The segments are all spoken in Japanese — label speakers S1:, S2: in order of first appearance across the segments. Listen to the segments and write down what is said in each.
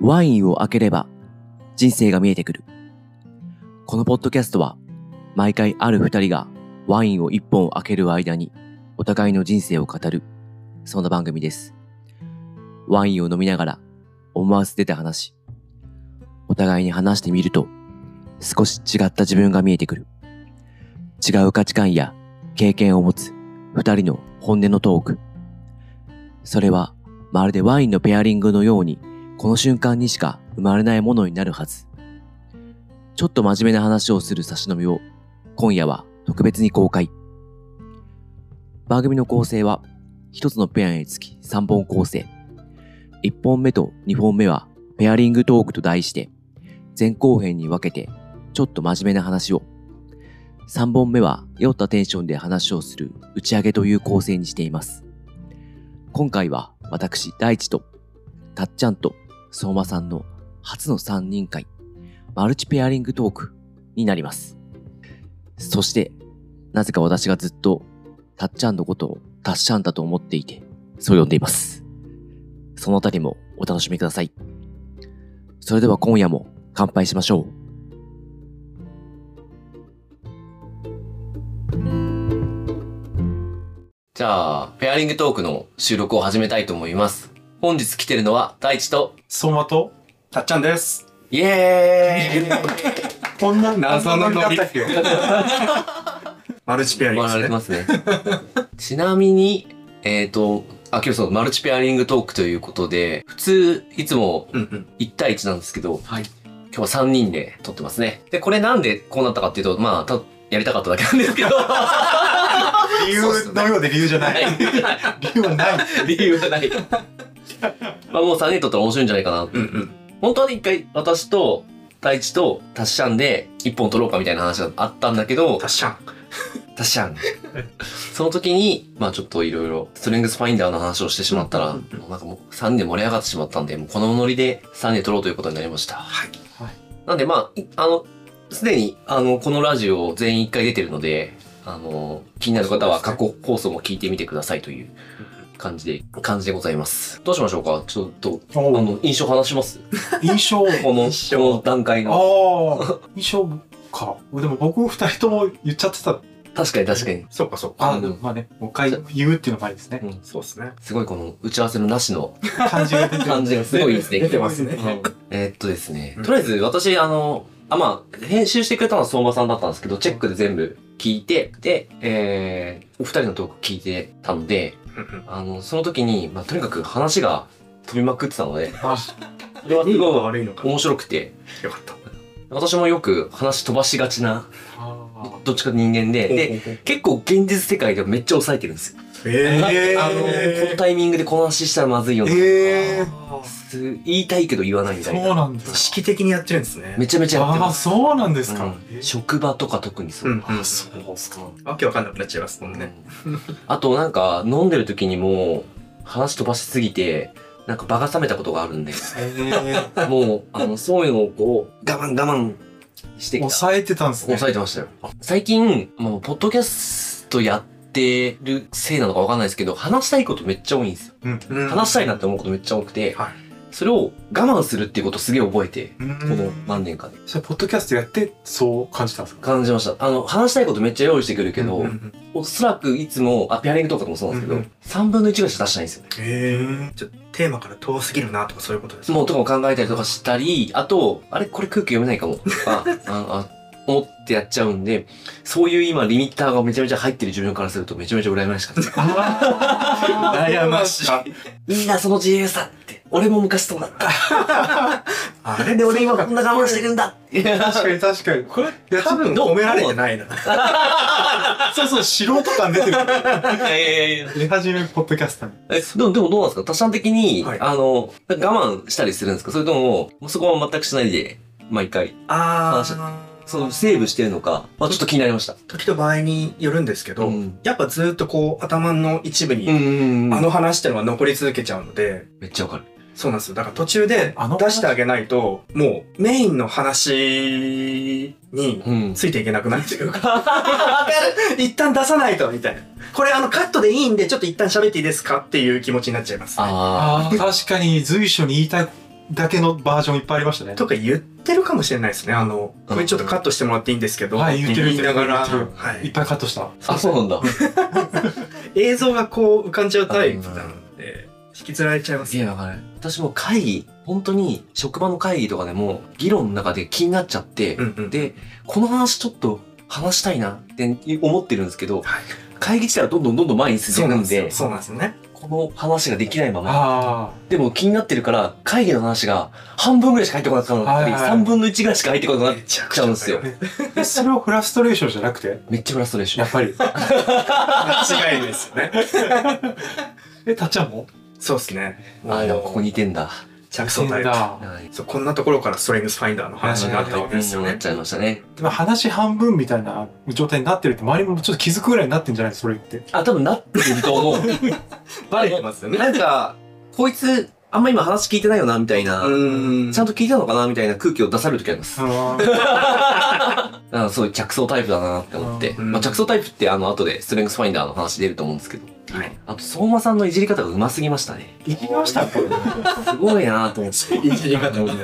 S1: ワインを開ければ人生が見えてくる。このポッドキャストは毎回ある二人がワインを一本開ける間にお互いの人生を語る、そんな番組です。ワインを飲みながら思わず出た話、お互いに話してみると少し違った自分が見えてくる。違う価値観や経験を持つ二人の本音のトーク。それはまるでワインのペアリングのようにこの瞬間にしか生まれないものになるはず。ちょっと真面目な話をする差し飲みを今夜は特別に公開。番組の構成は一つのペアにつき3本構成。1本目と2本目はペアリングトークと題して前後編に分けてちょっと真面目な話を。3本目は酔ったテンションで話をする打ち上げという構成にしています。今回は私、大地と、たっちゃんと、相馬さんの初の3人会、マルチペアリングトークになります。そして、なぜか私がずっと、たっちゃんのことをたっしゃんだと思っていて、そう呼んでいます。そのあたりもお楽しみください。それでは今夜も乾杯しましょう。じゃあ、ペアリングトークの収録を始めたいと思います。本日来てるのは、大地と、
S2: 相馬とたっちゃんです。
S1: イエー
S2: こんな
S3: 謎のノリ
S2: だったっけ マルチペア
S1: イ
S2: リングで
S1: 笑わ
S2: す
S1: れて
S2: ね。
S1: ます ね。ちなみに、えっ、と、あ、今日そのマルチペアリングトークということで、普通、いつも
S2: うんうん。
S1: 1対1なんですけど、
S2: はい
S1: 今日は3人で撮ってますね。で、これなんでこうなったかっていうと、まあ、たやりたかっただけなんですけ ど、
S2: 理由のようで理由じゃない。 理由はない。
S1: 理由はない。まあ、もう3人撮ったら面白いんじゃないかな
S2: うんうん。
S1: 本当はね一回私と大地とタッシャンで一本取ろうかみたいな話があったんだけど
S2: たっちゃん。
S1: タッシャンその時にまあちょっといろいろストレングスファインダーの話をしてしまったら
S2: うんうん
S1: もうなんかもう3人で盛り上がってしまったんでもうこのノリで3人で取ろうということになりましたはい、
S2: はい
S1: なんでまあいあのすでにあのこのラジオ全員1回出てるのであの気になる方は過去放送も聞いてみてくださいという感じで感じでございますどうしましょうかちょっとあ
S2: お
S1: の印象話します
S2: 印象。
S1: この、
S2: 印
S1: この
S2: 象。
S1: 段階の。
S2: ああ。印象か。でも僕二人とも言っちゃってた。
S1: 確かに確かに。
S2: そうかそう
S1: か
S2: あーでもまあね、もう一回言うっていうのもありですね。
S1: うん
S2: そうですね。
S1: すごいこの打ち合わせのなしの
S2: 感じが出てる
S1: 感じがすごいです
S2: 出
S1: ね。
S2: てますね。
S1: えーっとですね
S2: う、ん
S1: とりあえず私、あの、あ、まあ、編集してくれたのは相馬さんだったんですけど、チェックで全部聞いて、で、えー、お二人のトーク聞いてたので、
S2: うんうん
S1: あの、その時に、まあ、とにかく話が飛びまくってたので、
S2: あ、
S1: それはす
S2: いいのか
S1: ごい
S2: 悪いのか。よ
S1: 面白くて、
S2: かった。
S1: 私もよく話飛ばしがちな、
S2: あ
S1: どっちか人間で、
S2: ー
S1: で、、結構現実世界ではめっちゃ抑えてるんですよ。
S2: えー、
S1: あの、このタイミングでこの話したらまずいよなとか
S2: えー、
S1: す言いたいけど言わないみたい
S2: そう
S1: な。
S2: なんですか。
S3: 式的にやってるんですね。
S1: めちゃめちゃやって
S2: ああ、
S1: ます。
S2: そうなんです
S1: う
S2: か。
S1: ん
S2: えー
S1: 職場とか特にそう。
S2: うん
S3: あ、そうですか。わけわかんなくなっちゃいますもんね。
S1: うんあとなんか飲んでる時にも話飛ばしすぎて、なんか場が冷めたことがある んで、
S2: え
S1: もう、あの、そういうのをこう、我慢我慢して
S2: ー、
S1: きた。
S2: 抑えてたんですね。
S1: 抑えてましたよ。最近、もう、ポッドキャストやってるせいなのかわかんないですけど、話したいことめっちゃ多いんですよ。
S2: うん。
S3: うん
S1: 話したいなって思うことめっちゃ多くて、
S2: はい
S1: それを我慢するっていうことすげえ覚えて、
S2: うん
S1: この何年かで。
S2: それ、ポッドキャストやって、そう感じたんですか
S1: 感じました。あの、話したいことめっちゃ用意してくるけど、
S2: うんうん
S1: おそらくいつも、あ、ペアリングとかもそうなんですけど、
S2: うんうん
S1: 3分の1ぐらいしか出してないんですよね。
S3: えー、ちょっとテーマから遠すぎるなとかそういうことですか
S1: もうとかも考えたりとかしたり、あと、あれこれ空気読めないか も、とか、ああ思ってやっちゃうんで、そういう今リミッターがめちゃめちゃ入ってる自分からするとめちゃめちゃ羨ましかった。
S2: あー
S3: 悩ましい
S2: そうなん
S1: いいな、その自由さって。俺も昔そうだった。
S3: あ
S1: あれで俺今こんな我慢してるんだって。
S2: だ確かに確かに。これ、いや、
S3: 多
S2: 多
S3: 分
S2: 分、
S3: 褒められてないな。
S2: そうそう、素人感出てる。
S1: え
S2: 出始め、ポッドキャストに。
S1: でも、でもどうなんですか他者的に、
S3: はい
S1: あの、我慢したりするんですかそれとも、もうそこは全くしないで、毎回、
S3: あー、
S1: その、セーブしてるのか、まあちょっと気になりました。
S3: 時と場合によるんですけど、
S1: ん。
S3: やっぱずっとこう頭の一部
S1: うん
S3: に、
S1: うんうん。
S3: あの話ってのは残り続けちゃうので、
S1: めっちゃわかる。
S3: そうなんですよ。だから途中で
S2: あの話
S3: 出してあげないと、もうメインの話に
S1: うん。
S3: ついていけなくなるというか。 一旦出さないと、みたいな。これあのカットでいいんで、ちょっと一旦喋っていいですかっていう気持ちになっちゃいます、ね。
S1: ああ。
S2: ああ、確かに、随所に言いたいだけのバージョンいっぱいありましたね。
S3: とか言ってるかもしれないですね。あの、これちょっとカットしてもらっていいんですけど、
S2: はい言ってる
S3: 言いながら、
S2: 言ってる
S3: はい
S2: っぱいカットした。
S1: あ、そうなんだ。
S3: 映像がこう浮かんじゃうタイプなので、引きずられちゃいますす
S1: げえ
S3: ね。
S1: わかる。私も会議、本当に職場の会議とかでも議論の中で気になっちゃって、
S3: うんうん。
S1: で、この話ちょっと話したいなって思ってるんですけど、
S3: はい
S1: 会議自体はどんどんどんどん前に進んでいくんで、
S3: そうなんですよね。
S1: この話ができないまま。
S2: あ
S1: でも気になってるから、会議の話が半分ぐらいしか入ってこなくなったり、
S2: はいはい
S1: 3分の1ぐらいしか入ってこなくなっ
S3: めちゃ
S1: ちゃうんですよ。
S2: あ。それはフラストレーションじゃなくて
S1: めっちゃフラストレーショ
S2: や
S1: ン
S2: っ。ぱり。
S3: 間違いないですよね。
S2: え、たっちゃんも
S3: そうですね。
S1: ああ、でもここにいてんだ。
S3: 着想
S2: 大
S3: 体
S2: 変だ。
S1: はい。
S3: そう、こんなところからストレングスファインダーの話になったわけですよ
S1: なっ
S3: ね。
S1: ちゃいましたね。
S2: でも話半分みたいな状態になってるって、周りもちょっと気づくぐらいになってんじゃないそ れって。
S1: あ、多分なってると思う。
S3: バレてますよね。
S1: なんか、こいつ、あんま今話聞いてないよな、みたいな。
S3: う
S1: ちゃんと聞いたのかなみたいな空気を出される時あります。
S2: う
S1: だからそういう着想タイプだなって思って。
S3: うん
S1: まあ着想タイプってあの後でストレングスファインダーの話出ると思うんですけど。
S3: はい。
S1: あと相馬さんのいじり方が上手すぎましたね。
S2: ん。いきました これ。。
S1: すごいなと思って。い
S3: いじり方も
S1: じ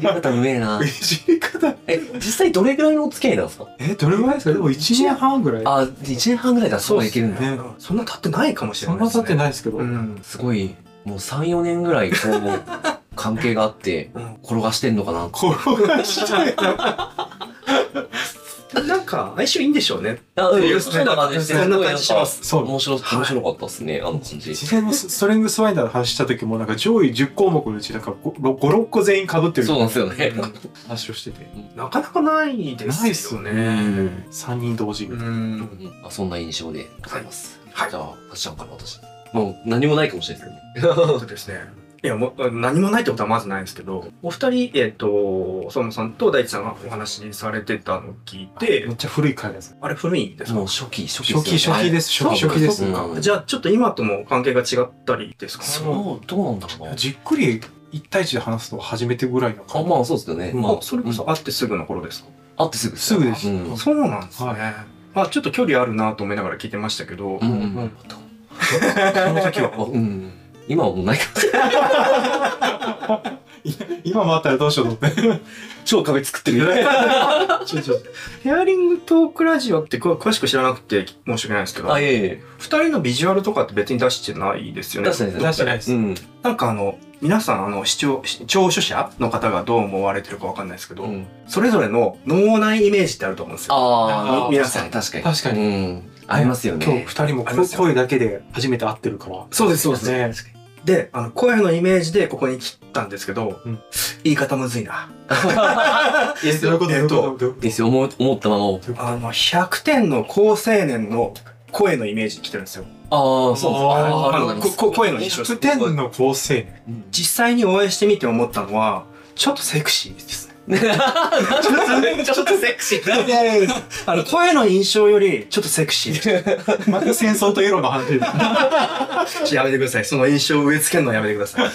S1: り方うめえない
S2: じり方。
S1: え、実際どれぐらいのお付き合いなんですか
S2: え、どれぐらいですかでも1年半ぐらい。
S1: あ、1年半ぐらいだそうまでいけるんだ。
S2: ね。
S3: そんな経ってないかもしれ
S2: そ
S3: なんいで
S2: な
S3: す
S2: 経
S3: ね。
S2: ってないですけど。
S3: うん。
S1: すごい、もう3、4年ぐらいこう、関係があって
S3: うん、
S1: 転がしてんのかな
S2: 転がしたい。
S3: なんか、相性いいんでしょうね。
S1: あ、
S3: うん
S1: そんな感じして、
S3: そんな感じします。
S2: そう。
S1: 面白、面白かったですね、あの感じ。
S2: 事前のストレングスファインダーの話した時もなんか上位10項目のうちなんか5、6個全員被ってる
S1: そうなんですよね。
S2: 話をしてて。
S3: なかなかないですよね。
S2: ないっすよ
S3: ね。
S2: 3人同時み
S3: う
S2: たいな。
S3: ん。
S1: まあ、そんな印象でございます。
S3: はい
S1: じゃあ、たっちゃんから私。もう何もないかもしれないですけ
S3: そうですね。いや、もう、何もないってことはまずないんですけど、お二人、えっ、と、相馬さんと大地さんがお話しされてたのを聞いて
S2: めっ、ちゃ古い回です。
S3: あれ古いん
S1: ど
S3: です
S1: ね。
S3: か
S1: もう初期、初期
S2: 初期、
S1: ですよ
S2: 初期
S1: ね。
S2: です。初期、初期です。
S1: そうか
S3: じゃあ、ちょっと今とも関係が違ったりですか
S1: そう、どうなんだろうな。
S2: じっくり1対1で話すのは初めてぐらいの
S1: あ、
S2: 感じ。
S1: まあそうですよね。
S2: うん
S1: まあ
S3: あ、、それこそ会ってすぐの頃ですか、
S1: あってすぐ
S2: すぐです。
S1: う
S2: うんん
S3: そうなんですね。
S2: は
S3: まあ、ちょっと距離あるなと思いながら聞いてましたけど、
S1: うん。
S2: う
S1: うんん。
S2: その時は
S1: あうん今はもうないかも。
S2: 今もあったらどうしようと思って。
S1: 超壁作ってるよね。
S2: ちょちょ
S3: ペアリングトークラジオってこ詳しく知らなくて申し訳ないですけど、
S1: あ、
S3: 二
S1: いえいえ。
S3: 人のビジュアルとかって別に出してないですよね。
S1: 出してないです
S2: 出してないです。
S1: うん。
S3: なんかあの、皆さん、あの、視聴、視聴者の方がどう思われてるかわかんないですけど、
S1: うん
S3: それぞれの脳内イメージってあると思うんですよ。
S1: あ
S2: あ
S1: あ、
S2: ー
S1: 皆さん、確かに。
S2: 確かに
S1: うん。ありますよ
S2: 今日
S1: ね。
S2: 2人も
S3: ありますよ
S2: 声だけで初めて会ってるから。
S3: そうです、そうです。
S2: ね。
S3: で、あの、声のイメージでここに切ったんですけど、
S2: うん
S3: 言い方むずいな。
S2: え、どういうことどう
S3: え
S2: いうこ
S3: っ、
S2: ととどういうこ
S1: ですよ、思う思ったままを。
S3: あの、100点の高青年の声のイメージで来てるんですよ。
S1: ああ、そうです。
S2: あー
S1: あ
S3: あ
S1: ーあ
S3: の、
S1: り
S3: こ
S1: ます
S3: こ声の
S2: と
S3: 印象です
S2: 100点の構成。
S1: うん
S3: 実際にお会いしてみて思ったのは、ちょっとセクシーですね。
S1: ちょっとセクシー。
S3: あの、声の印象より、ちょっとセクシーで
S2: また戦争と世論の話。
S3: す。やめてください。その印象を植え付けるのやめてください。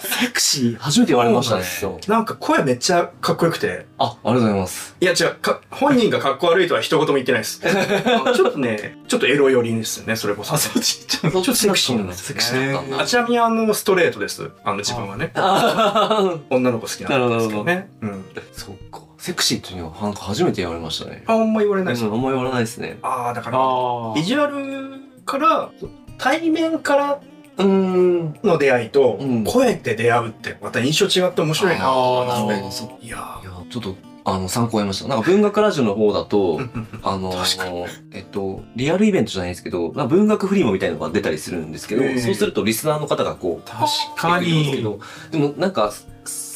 S1: セクシー初めて言われましたね。
S3: なんか声めっちゃかっこよくて、
S1: あ、ありがとうございます。
S3: いや違う、か本人がかっこ悪いとは一言も言ってないです。あのちょっとね、ちょっとエロ寄りですよね、それこそ。
S2: あ、そっち行っちゃう
S1: ちょっ
S3: とセクシーなんです
S1: セ
S3: ね
S1: クシーだったん
S3: あ
S1: だ。
S3: ちなみにあの、ストレートです。あの、自分はね。
S1: あ
S3: 女の子好きなんですけど
S1: な
S3: ね。うん。
S1: そっか。セクシーというのはなんか初めて言われましたね。
S3: あ、あんま言われ
S1: うん
S3: な
S1: あ
S3: いです。
S1: んま言われないですね。
S3: ああ、だから、
S2: あ
S3: ビジュアルから、対面から
S1: うーん。
S3: の出会いと
S1: うん、
S3: 声で出会うって、また印象違って面白いな。
S2: あー
S1: なるほ
S2: な
S1: ど
S2: る。
S1: そっか
S3: いやー
S1: いや、ちょっと、あの、参考になりました。なんか文学ラジオの方だと
S3: う、ん
S1: あの
S3: 確か
S1: えっと、リアルイベントじゃないですけど、なんか文学フリマみたいなのが出たりするんですけど、
S3: ええ
S1: そうするとリスナーの方がこう、
S2: 確か
S1: 来てくれる
S2: に。
S1: んですけど、でもなんか、そ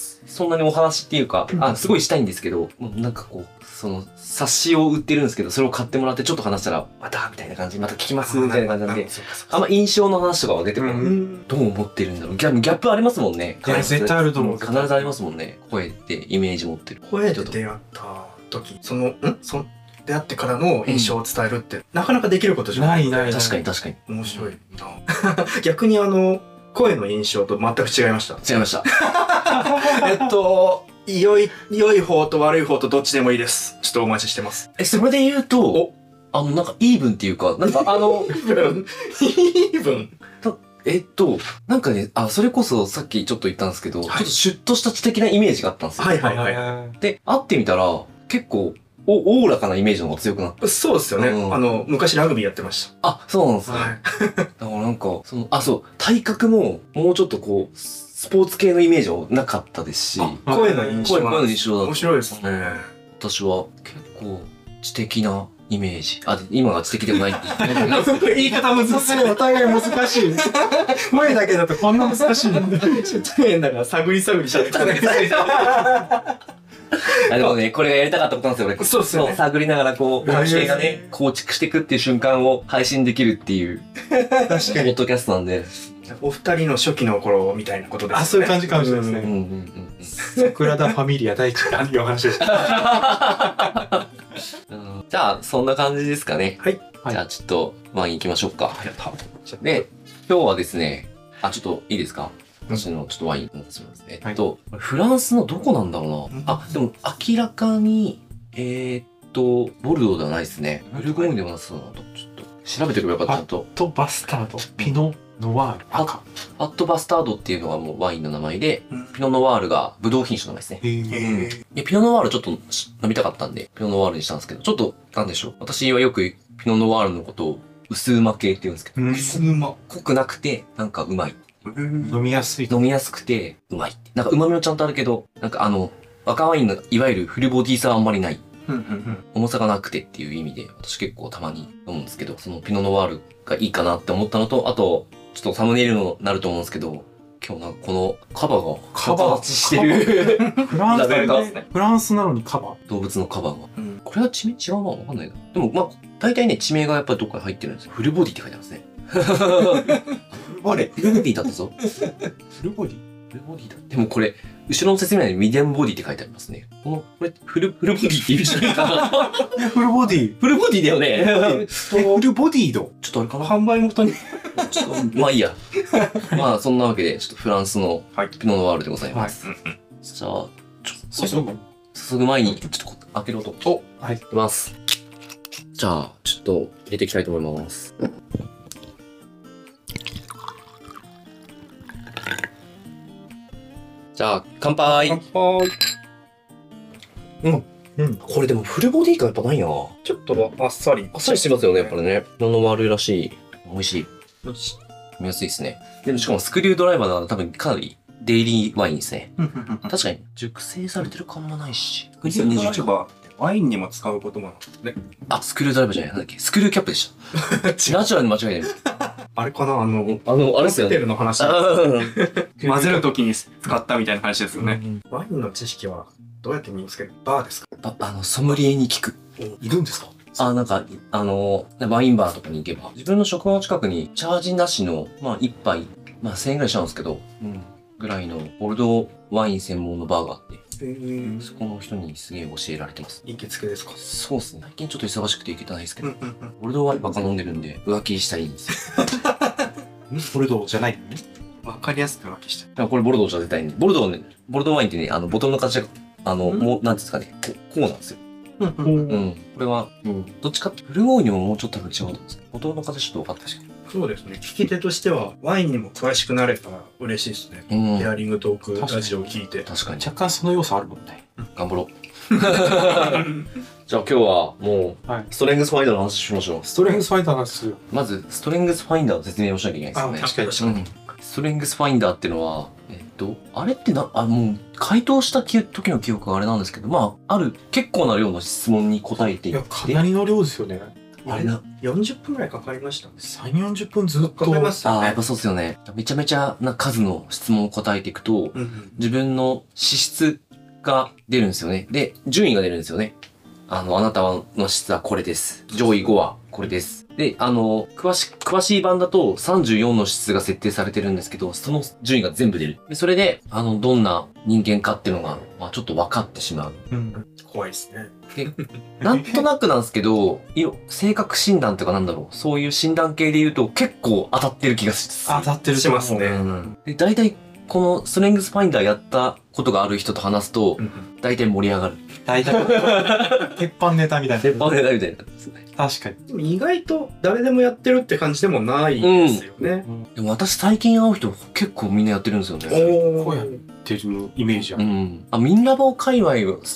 S1: そんなにお話っていうか、あ、すごいしたいんですけど、もうなんかこう、その、冊子を売ってるんですけど、それを買ってもらってちょっと話したら、またみたいな感じ、また聞きますみたいな感じなんで、
S3: そうかそうか
S1: あんま印象の話とかは出てこない。
S3: うん
S1: どう思ってるんだろうギャギャップありますもんね。
S2: いや絶対あると思う
S1: 必ずありますもんね。声ってイメージ持ってる。
S3: 声で出会った時、その、んその出会ってからの印象を伝えるって、なかなかできることじゃ
S2: ないないない。
S1: 確かに確かに。
S3: 面白いな 逆にあの声の印象と全く違いました
S1: 違いました。
S3: えっと良い良い方と悪い方とどっちでもいいですちょっとお待ちして ます
S1: え、それで言う と、あの、なんかイーブンっていうか、なんかあの、
S3: イーブンイーブン
S1: えっと、なんかね、あ、それこそさっきちょっと言ったんですけど、
S3: い
S1: ちょっとシュッとした知的なイメージがあったんですよ。
S3: はいはいはい。
S2: い。
S1: で、会ってみたら、結構、お、おおらかなイメージの方が強くなった。
S3: そうですよね、
S1: うん
S3: あの、昔ラグビーやってまし
S1: あ、そうなんです
S3: た。
S1: ね。
S3: はい。
S1: だからなんか、その、あ、そう、体格も、もうちょっとこう、スポーツ系のイメージはなかったですし、
S2: あ
S3: 声の印象
S1: 声
S3: は
S1: 声の印象だ
S3: 面白いですね。
S1: 私は結構知的なイメージ。あ、で今は知的でも ないって言ってないですけど
S3: 言い方難しい。
S2: お互い難しい。声だけだとこんな難しいんだ。
S3: ちょっと変だから探り探りしゃべってない。
S1: あでもね、これがやりたかったことなんですよ、俺。
S3: そうっすよね
S1: そう探りながらこう、
S2: うん
S1: 関係がね、構築していくっていう瞬間を配信できるっていう、
S2: 確
S1: ポ
S2: かに。
S1: ッドキャストなんで。
S3: お二人の初期の頃みたいなことですね。
S2: あ、そういう感じかもしれないです
S1: うん
S2: ね。
S1: うんうん
S2: 桜田ファミリア第一弾っていうお話でした。
S1: うんうん。じゃあ、そんな感じですかね。
S3: はい。
S1: じゃあ、ちょっと、ワイン行きましょうか。
S3: やった。
S1: で、今日はですね、あ、ちょっといいですか私のちょっとワインの話しますね。
S2: はい
S1: えっと、フランスのどこなんだろう
S3: うん
S1: な。あ、でも明らかに、えーっと、ボルドーではないですね。ブルゴーニュでもなさそうだなと。ちょっと調べてくればよかったなと。
S2: とバスタード、ピノ、ノワール、赤。
S1: ファットバスタードっていうのがもうワインの名前で、
S3: うん
S1: ピノノワールがブドウ品種の名前ですね。
S2: へー
S3: えー
S1: でピノノワールちょっとし飲みたかったんで、ピノノワールにしたんですけど、ちょっと、なんでしょう。私はよくピノノワールのことを薄うま系って言うんですけど、
S2: うん
S3: すぐま。
S1: 濃くなくて、なんかうまい。
S3: うん
S2: 飲みやすい。
S1: 飲みやすくて、うまいって。なんか旨味もちゃんとあるけど、なんかあの、赤ワインのいわゆるフルボディさはあんまりない。
S3: うんうん
S1: 重さがなくてっていう意味で、私結構たまに飲むんですけど、そのピノノワールがいいかなって思ったのと、あと、ちょっとサムネイルになると思うんですけど、今日なんかこのカバが、
S2: カバ
S1: 立ちしてる
S2: フランス
S1: ラベルカー
S2: だ
S1: です
S2: ね
S1: ね。
S2: フランスなのにカバー。
S1: 動物のカバが。
S3: うん。
S1: これは地名違うなわかんないな。でもまあ、大体ね、地名がやっぱりどっかに入ってるんですよ。フルボディって書いてあるんですね。
S2: あれ
S1: フルボディだったぞ。
S2: フルボディ
S1: フルボディだでもこれ、後ろの説明欄にミディアムボディって書いてありますね。この、これ、フル、フルボディっていう人いるかな
S2: えフルボディ
S1: フルボディだよね。
S2: えフルボディド
S1: ちょっとあれかな
S3: 販売元に。
S1: ちょっと、まあいいや。まあそんなわけで、ちょっとフランスの
S3: はい
S1: ピノノワールでございます。
S3: はい
S1: じゃあ、ちょ
S2: そうか
S1: 注ぐ前に、ちょっとこう開ける音。おい
S2: はい。
S1: きます。じゃあ、ちょっと入れていきたいと思います。じゃあ、乾杯
S3: はい。
S2: うん。
S1: これでもフルボディ感やっぱないなあ
S3: ちょっとあっさり。
S1: っさりしてますよねやっぱりね何の悪いらしい美味しい飲
S3: よし
S1: みやすいですねでもしかもスクリュードライバーなら多分かなりデイリーワインですね確かに熟成されてる感もないし
S3: 2021バーってワインにも使うこともなんですね。
S1: あスクリュードライバーじゃないなんだっけスクリューキャップでしたナチュラルに 間違いない
S3: あれかなあの、
S1: あのあれですよ
S3: ホテ
S1: ね
S3: ルの話。混ぜるときに使ったみたいな話ですよね。ワインの知識はどうやって身につけるバーですか
S1: ああのソムリエに聞く
S2: いるんですか
S1: あ、なんか、あの、ワインバーとかに行けば、自分の職場の近くに、チャージなしの、まあ、一杯、まあ、1000円ぐらいしたんですけど、うん、ぐらいの、ボルドーワイン専門のバーがあって、そこの人にすげえ教えられてます。
S3: 行きつけですか
S1: そうっすね。最近ちょっと忙しくて行けてないですけ
S3: う
S1: ど、
S3: んうんうん。
S1: ボルドーワインばっか飲んでるんで、浮気したいんですよ。
S2: ボルドーじゃない
S3: わかりやすく分けして
S1: だからこれボルドーじゃ絶対に、ボルドーね、ボルドーワインってね、あの、ボトルの形が、あの、
S3: うん
S1: もう、なんていうんですかね、こうこうなんですよ。
S3: る。
S1: うんん。これは、うん。どっちかって、フルゴーニュももうちょっと多分違うと思うんですけど、ボトルの形ちょっと分かったし。
S3: そうですね。聞き手としては、ワインにも詳しくなれたら嬉しいですね。
S1: うん
S3: ペ。アリングトークラジオを聞いて。
S1: 確かに。
S2: 若干その要素あるもんね。
S1: 頑張ろう。 じゃあ今日はもう、
S2: はい
S1: ストレングスファインダーの話しましょ
S2: ストレングスファイターの話するよ。
S1: う。まず、ストレングスファインダーの説明をしなきゃいけないですよね。
S2: かに
S1: うん、ストレングスファインダーっていうのは、えっと、あれってな、あ、もう、回答した記時の記憶があれなんですけど、まあ、ある結構な量の質問に答えて
S2: い
S1: いっ
S2: や、
S1: て、
S2: かなりの量ですよね。
S1: あれな、
S3: 40分くらいかかりましたね。
S2: 3、40分ずっと。
S3: かかります
S1: あ
S3: よ
S1: ーやっ
S3: ね
S1: ぱ。そうですよね。めちゃめちゃな数の質問を答えていくと、
S3: うんうん
S1: 自分の資質が出るんですよね。で、順位が出るんですよね。あの、あなたの資質はこれです。上位5はこれです。で、あの、詳し、詳しい版だと34の資質が設定されてるんですけど、その順位が全部出る。で、それで、あの、どんな人間かっていうのが、まあ、ちょっと分かってしまう。
S2: うん。
S3: 怖いですね。
S1: なんとなくなんですけど、いろ性格診断とかなんだろう。そういう診断系で言うと結構当たってる気がする。
S2: 当たってると思う
S3: しますね
S1: うんで大体このストレングスファインダーやったことがある人と話すと、
S3: うん
S1: 大体盛り上がる。
S2: 大体、 鉄板ネタみたいな。
S1: 鉄板ネタみたいな。
S2: 確かに。
S3: でも意外と誰でもやってるって感じでもないですよね。
S1: でも私最近会う人結構みんなやってるんですよね。
S3: お
S2: こうやってるイメージあ
S1: う
S2: る。
S1: ん。あ、ミンラボ界隈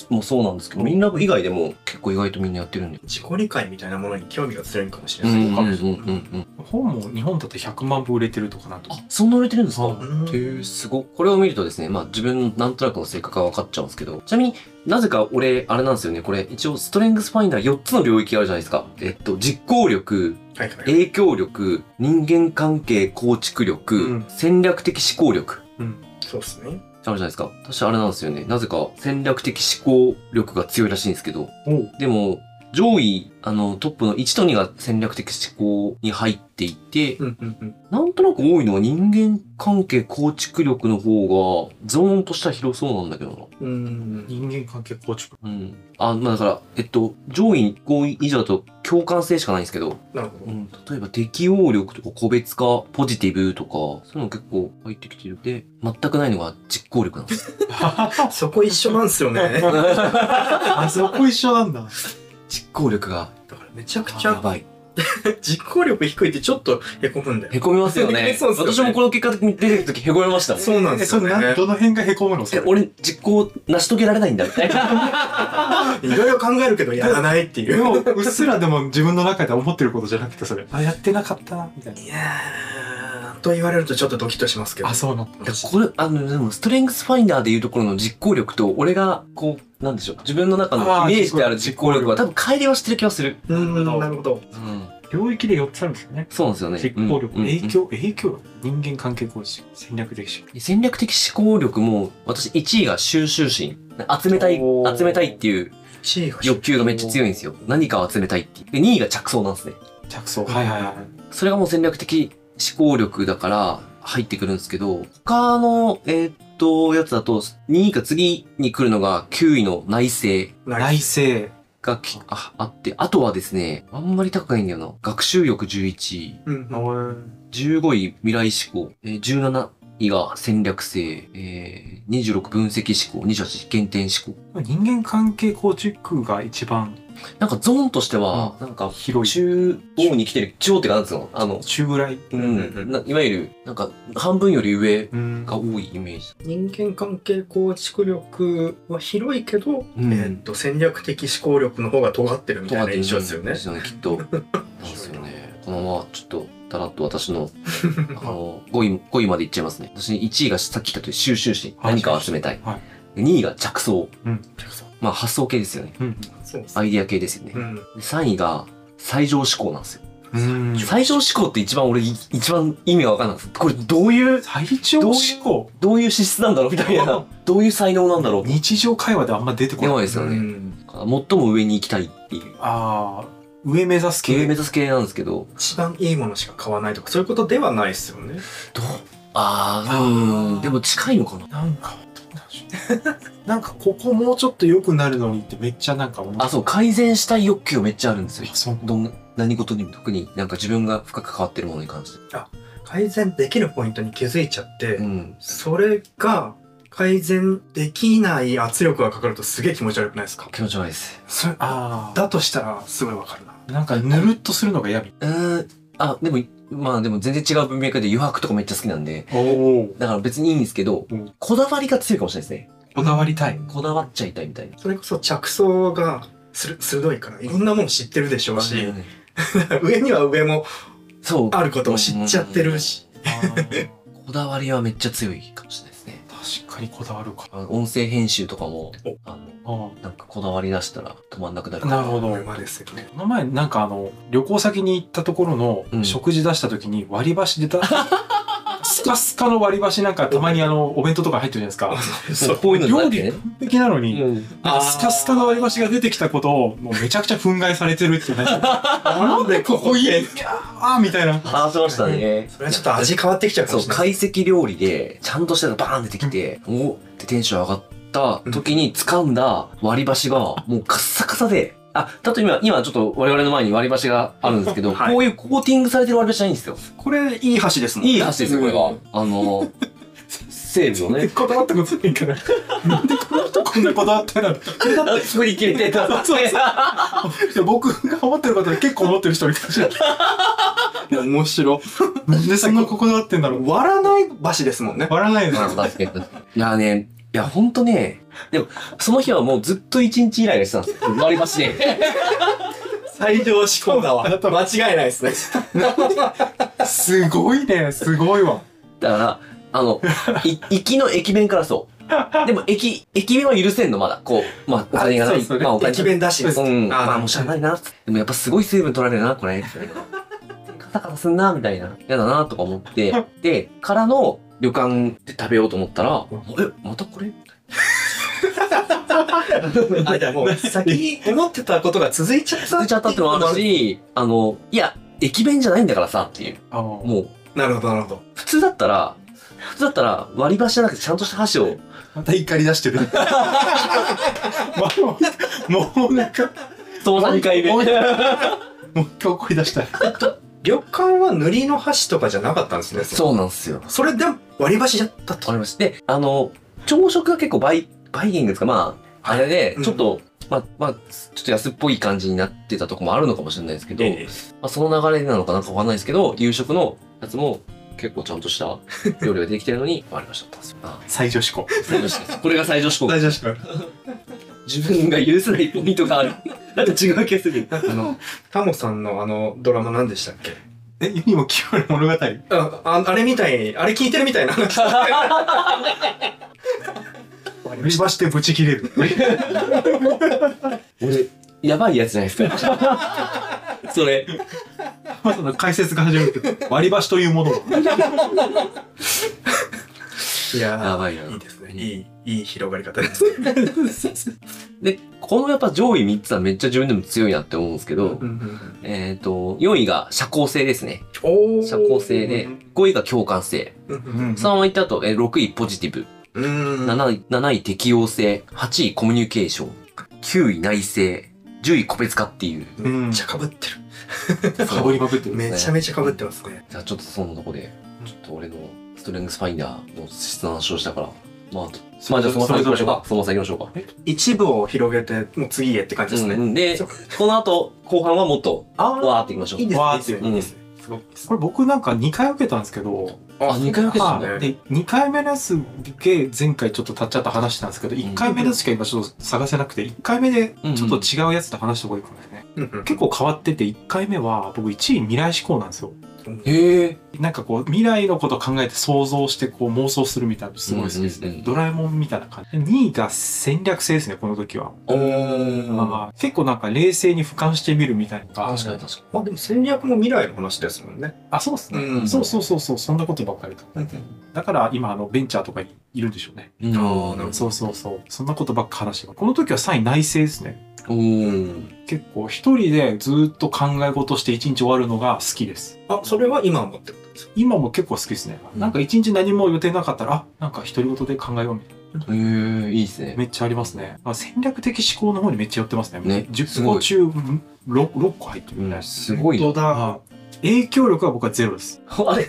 S1: もそうなんですけど、ミンラボ以外でも結構意外とみんなやってるんで。
S3: 自己理解みたいなものに興味が強いんかもし
S1: う
S3: れ
S1: ん
S3: ない。
S1: うんうんうんうん。
S2: 本も日本だって100万部売れてるとかなんとか
S1: あ、。そんな売れてるんですか
S2: うん
S3: うん
S1: っていうすごっこれを見るとですね、まあ自分のなんとなくの性格が分かっちゃうんですけど、ちなみになぜか俺、あれなんですよね、これ一応ストレングスファインダー4つの領域あるじゃないですか。えっと、実行力、
S3: はいはい
S1: 影響力、人間関係構築力、
S2: うん
S1: 戦略的思考力。
S3: そうですね。
S1: あるじゃないですか。私あれなんですよね。なぜか戦略的思考力が強いらしいんですけど、
S2: おう
S1: でも、上位、あの、トップの1と2が戦略的思考に入っていて、
S3: うんうんうん。
S1: なんとなく多いのは人間関係構築力の方が、ゾーンとしては広そうなんだけど
S3: うん。
S2: 人間関係構築。
S1: な。うん。あ、まあだから、えっと、上位5位以上だと共感性しかないんですけど、
S3: なるほ
S1: う
S3: ど。
S1: ん、例えば適応力とか個別化、ポジティブとか、そういうの結構入ってきてる。で、全くないのが実行力なんです。
S3: そこ一緒なんですよね。だか
S2: あそこ一緒なんだ。
S1: 実行力が、
S3: らめちゃくち
S1: や
S3: ゃ
S1: ばい。
S3: 実行力低いってちょっとへこむんだよ。
S1: へこみますよね。
S3: そうっすよね
S1: 私もこの結果出てる時へこみましたもん。
S3: そうなんですよね
S2: えそれなどの辺がへこむのそ
S1: え
S2: れ、
S1: 俺、実行成し遂げられないんだ、みたいな。
S3: いろいろ考えるけどやらないってい
S2: で
S3: う。
S2: もうっすらでも自分の中で思ってることじゃなくてそれあやってなかったなみたいない
S3: やー、と言われるとちょっとドキッとしますけど。
S2: あそうなの
S1: これ、あの、でも、ストレングスファインダーでいうところの実行力と、俺が、こう、なんでしょう、自分の中のイメージである実行力は、多分、乖離はしてる気がする。
S3: うーん、なるほど。
S1: うん。
S2: 領域で4つあるんですよね
S1: そうなんですよね。
S2: 実行力、
S1: うんうんうん
S2: 影響影響力人間関係構築戦略的思
S1: 戦略的思考力も、私1位が収集心。集めたい、
S2: おー
S1: 集めたいっていう
S3: C が
S1: 欲求がめっちゃ強いんですよ。何かを集めたいっていう。で、2位が着想なんですね。
S2: 考着想はいはいはい
S1: それがもう戦略的思考力だから入ってくるんですけど、他の、えーっと、やつだと、2位か次に来るのが9位の内政
S3: な
S2: 内
S3: い。
S2: 政
S1: がきああって、あとはですね、あんまり高くないんだよな。学習力11位、
S3: うん。
S1: 15位未来志向、えー17位が戦略性、えー26分析思考、28原点思考。
S2: 人間関係構築が一番
S1: なんかゾーンとしては、なんか、
S2: 広い
S1: 中央に来てる、中央ってなんつうのあの、
S2: 中ぐらい
S1: うん
S3: うんうんうん
S1: ないわゆる、なんか、半分より上
S2: うん
S1: が多いイメージ。
S3: 人間関係構築力は広いけど、
S1: うん
S3: えーっと、戦略的思考力の方が尖ってるみたいな印象ですよね。
S1: きっ と。なんですよね。このままちょっと、だらっと私 の、あの、5位、5位までいっちゃいますね。私1位がさっき言ったとおり収集心。
S2: はい
S1: 何かを集めたい。
S2: は
S1: 2位が着想。
S3: そう
S1: まあ発想系ですよね。
S2: うん
S3: そうです
S1: ア
S3: ね。
S1: イデア系ですよね。
S3: うん。
S1: 3位が最上思考なんですよ。
S2: うん
S1: 最上思考って一番俺、い一番意味がわかんないです。これどういう、
S2: 最長思考
S1: どういう資質なんだろうみたいな。どういう才能なんだろう。
S2: 日常会話であんま出てこ
S1: やば
S2: ないい
S1: ですよ
S3: う
S1: ね。
S3: ん
S1: 最も上に行きたいっていう。
S2: ああ上目指す系
S1: 経営目指す系なんですけど、
S3: 一番いいものしか買わないとか、そういうことではないですよね。
S1: どうああ、う
S2: あ
S1: ん。
S2: ー
S1: でも近いのかな
S2: なんか、どうなんでしょうなんかここもうちょっと良くなるのにってめっちゃなんか思う
S1: あ、そう、改善したい欲求めっちゃあるんですよ
S2: あ。そう
S1: どん、何事にも、特になんか自分が深く関わってるものに関して。
S3: 改善できるポイントに気づいちゃって、
S1: うん。
S3: それが改善できない圧力がかかるとすげえ気持ち悪くないですか
S1: 気持ち悪いです。
S2: それあ
S3: だとしたらすごいわかるな。
S2: あなんかぬるっとするのが嫌み
S1: うーん。あ、でも、まあでも全然違う文脈で余白とかめっちゃ好きなんで、
S2: おお
S1: だから別にいいんですけど、
S2: うん
S1: こだわりが強いかもしれないですね。
S2: こだわりたい
S1: こだわっちゃいたいみたいな。
S3: それこそ着想がする鋭いから、いろんなもの知ってるでしょうし、 上には上も
S1: そう、
S3: あることを知っちゃってるし。
S2: 確
S1: こだわりはめっちゃ強いかもしれないですね。
S2: かにこだわるか
S1: あの音声編集とかも
S3: お、
S1: あの、
S2: あ
S1: なんかこだわり出したら止まんなくなる
S2: あ
S1: から
S2: なるほど
S3: これ
S2: こ
S3: はですよね。
S2: の前なんかあの旅行先に行ったところ
S1: うん
S2: の食事出した時に割り箸出た、スカスカの割り箸なんかたまにあのお弁当とか入ってるじゃないです
S1: も
S2: か
S1: うこういうのにな
S2: 料
S1: って
S2: 理
S1: ね。
S2: 完璧なのに、
S1: うん
S2: なんかスカスカの割り箸が出てきたことをもうめちゃくちゃ憤慨されてるっていう話
S3: なんでこ
S2: ここいいやーみたいな。
S1: 話しましたね。
S3: それはちょっと味変わってきちゃうか
S1: そ
S3: も
S1: う、
S3: しれない。
S1: 懐石料理で、ちゃんとしたのがバーン出てきて、おってテンション上がった時に掴んだ割り箸が、もうカッサカサで、あ、だと今、今ちょっと我々の前に割り箸があるんですけど、
S3: はい
S1: こういうコーティングされてる割り箸じゃないんですよ。
S3: これいい箸ですもんね。
S1: いい箸ですよ、これ
S3: う
S1: は
S3: ん。
S1: あの、セーブのね。
S2: こだわったことないから。なんでこの人こんなこだわってるのこれだって
S1: 振り切れてた。
S2: いや僕が思ってることで結構思ってる人いるかもしれない。面白。なんでそんなここだわってんだろう。
S3: 割らない橋ですもんね。
S2: 笑わないで
S1: まあ確かにいやね、いや、ほんとね、でも、その日はもうずっと一日イライラしてたんですよ。割り箸で。
S3: 最上仕込んだわ。
S2: あなた
S3: 間違いないですね。
S2: すごいね。すごいわ。
S1: だから、あの、い 行きの駅弁からそう。でも、駅、駅弁は許せんの、まだ。こう、まあ、お金がな
S2: そう
S1: い。
S2: ですよね
S1: まあ、お金
S3: 駅弁だし。
S1: うん。
S3: あー
S1: まあ、もうしゃあないな。でもやっぱすごい水分取られるな、これ。カタカタすんな、みたいな。嫌だな、とか思って。で、からの旅館で食べようと思ったら、あれまたこれ
S3: あ、じゃあも う、先に思ってたことが続いちゃった。
S1: 続いちゃったってのもあるし、あの、いや、駅弁じゃないんだからさ、っていう。
S2: あの
S1: もう、
S3: なるほど、なるほど。
S1: 普通だったら、普通だったら割り箸じゃなくてちゃんとした箸を。
S2: また怒り出してる。もう、もうなんか、
S1: そう
S2: 何回目
S1: もう
S2: もう今日怒り出した。
S3: 旅館は塗りの箸とかじゃなかったんですね。
S1: そうなんですよ。
S3: う。それでも割り箸だったと。
S1: わかりました。で、あの、朝食が結構バイ、バイキングですか、まあ、あれで
S3: う、ん
S1: ちょっと、まあ、まあ、ちょっと安っぽい感じになってたとこもあるのかもしれないですけど、
S3: ええ
S1: まあ、その流れなのかなんかわかんないですけど、夕食のやつも結構ちゃんとした料理ができてるのに割り箸だったんですよ。あ
S2: 最上志向。
S1: 最上志向これが最上志向。
S2: 最上志向。
S1: 自分が許せないポイントがある。だって違う気がする。
S3: あ の、タモさんのあのドラマ何でしたっけ
S2: え、世にも奇妙な物語。い
S3: あああれみたいに、あれ聞いてるみたいな話。
S2: りばしてブチ切れる。
S1: 俺、やばいやつじゃないですか。 それ。
S2: まさの解説が始まるけど、割り箸というものを。
S3: いや
S1: ばいな
S3: ー、いいですね。いい、いい広がり方 ですね。
S1: で、このやっぱ上位3つはめっちゃ自分でも強いなって思うんですけど、えっ、と、4位が社交性ですね。
S3: お
S1: 社交性で、5位が共感性。
S3: うん
S1: 3位とあと、えー6位ポジティブ。
S3: うん。
S1: 7位、7位適応性。8位コミュニケーション。9位内政。10位個別化っていう。
S3: めっちゃ被って
S2: かぶりまくって
S3: る。
S2: る。
S3: めちゃめちゃ被ってますね。
S1: じゃあちょっとそのとこで、ちょっと俺のストレングスファインダーの質の話をしたから、まあ、あとまあじゃあそのまま行きましょうか。そのまま行きましょうか。
S3: 一部を広げて、もう次へって感じです
S1: う
S3: ね。
S1: んで
S3: そうか、
S1: この後、後半はもっと、
S3: あー
S1: わーっていきましょう。
S3: いいですね。
S2: わ
S3: い
S2: ー
S3: い
S2: っ
S3: で
S2: て
S3: すね。いいですねすごくいいです
S2: これ僕なんか2回受けたんですけど、
S1: あ、2回受けたん
S2: は
S1: だ
S2: い、で2回目のやつで前回ちょっと立っちゃった話したんですけど1回目のやつしか今ちょっと探せなくて1回目でちょっと違うやつと話した方がいいかもですね、
S3: うん
S2: 結構変わってて1回目は僕1位未来志向なんですよ
S1: へえ。
S2: なんかこう未来のことを考えて想像してこう妄想するみたいなのすごい好きですね、
S1: うんうんうん
S2: ドラえもんみたいな感じで2位が戦略性ですねこの時は、
S1: お
S2: まあ
S1: ー。
S2: まあ結構なんか冷静に俯瞰してみるみたいなのが
S1: 確かに確か
S3: まあでも戦略も未来の話ですもんね。
S2: あそうですね、
S3: うん
S2: そうそうそうそうそんなことばっかり考えてだから今あのベンチャーとかにいるんでしょうね
S1: に。
S3: あーなるほ
S2: そうそうそう。そんなことばっか話してたこの時は3位内政ですね。
S1: おー。
S2: 結構一人でずーっと考え事して一日終わるのが好きです。
S3: あ、それは今思ってるんですよ。
S2: 今も結構好きですね。
S1: うん
S2: なんか一日何も予定なかったら、あ、なんか独り言で考えようみたい
S1: へえ、いいです
S2: な。
S1: ね。
S2: めっちゃありますね。あ戦略的思考の方にめっちゃ寄ってますね。
S1: ねす
S2: 10
S1: ごい
S2: 個中 6, 6個入ってる
S1: う
S2: みたい
S1: ん、
S2: です。
S1: すごい。
S3: 本当だ。
S2: あ影響力は僕はゼロです。
S1: あ れ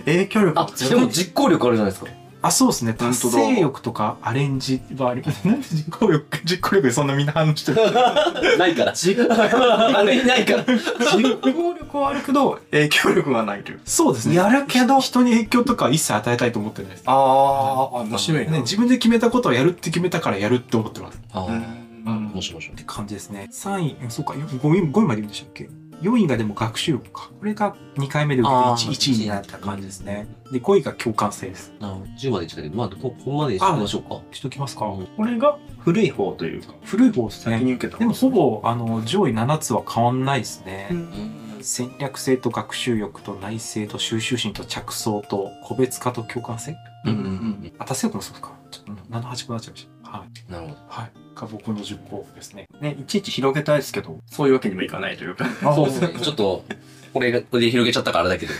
S3: 影響力
S1: あ、でも実行力あるじゃないですか。
S2: あ、そうですね。
S3: 本当
S2: 達
S3: だ
S2: 成欲とかアレンジはあります。 なんで実行力、実行力でそんなみんな反応してる
S1: ないから。
S3: 実
S1: あれいないから。
S3: 行力はあるけど、影響力はないという。
S2: そうですね。
S3: やるけど
S2: 人に影響とか一切与えたいと思ってないです。
S3: ああ、面白い
S2: ね、
S3: ね。
S2: 自分で決めたことをやるって決めたからやるって思ってます。
S1: あー。
S3: 分
S1: もしもし
S2: っ。て感じですね。3位、うんそうか、よ5位 ,5 位まで言うんでしたっけ ?4 位がでも学習力か。これが2回目で受けて
S1: あー
S2: 1, 1位になった感じですね。で、5位が共感性です。
S1: なるほど10までいっちゃったけど、まあ、こここまでにしてみましょうか。
S2: しときますか。
S1: うん
S3: これが古い方というか、
S2: 古い方です
S3: 先
S2: ね。
S3: に受けた。
S2: でもほぼ、あの、上位7つは変わんないですね。
S1: うん
S2: 戦略性と学習欲と内政と収集心と着想と個別化と共感性
S1: うんうん
S2: あ、達成力もそうですか。ちょっと7、8個になっちゃいました。はい。
S1: うん。なるほど。
S2: はい。が僕の10個ですね。
S3: ね、いちいち広げたいですけど、そういうわけにもいかないというか。
S1: そうですね。ちょっと、これが、これで広げちゃったからあれだけど、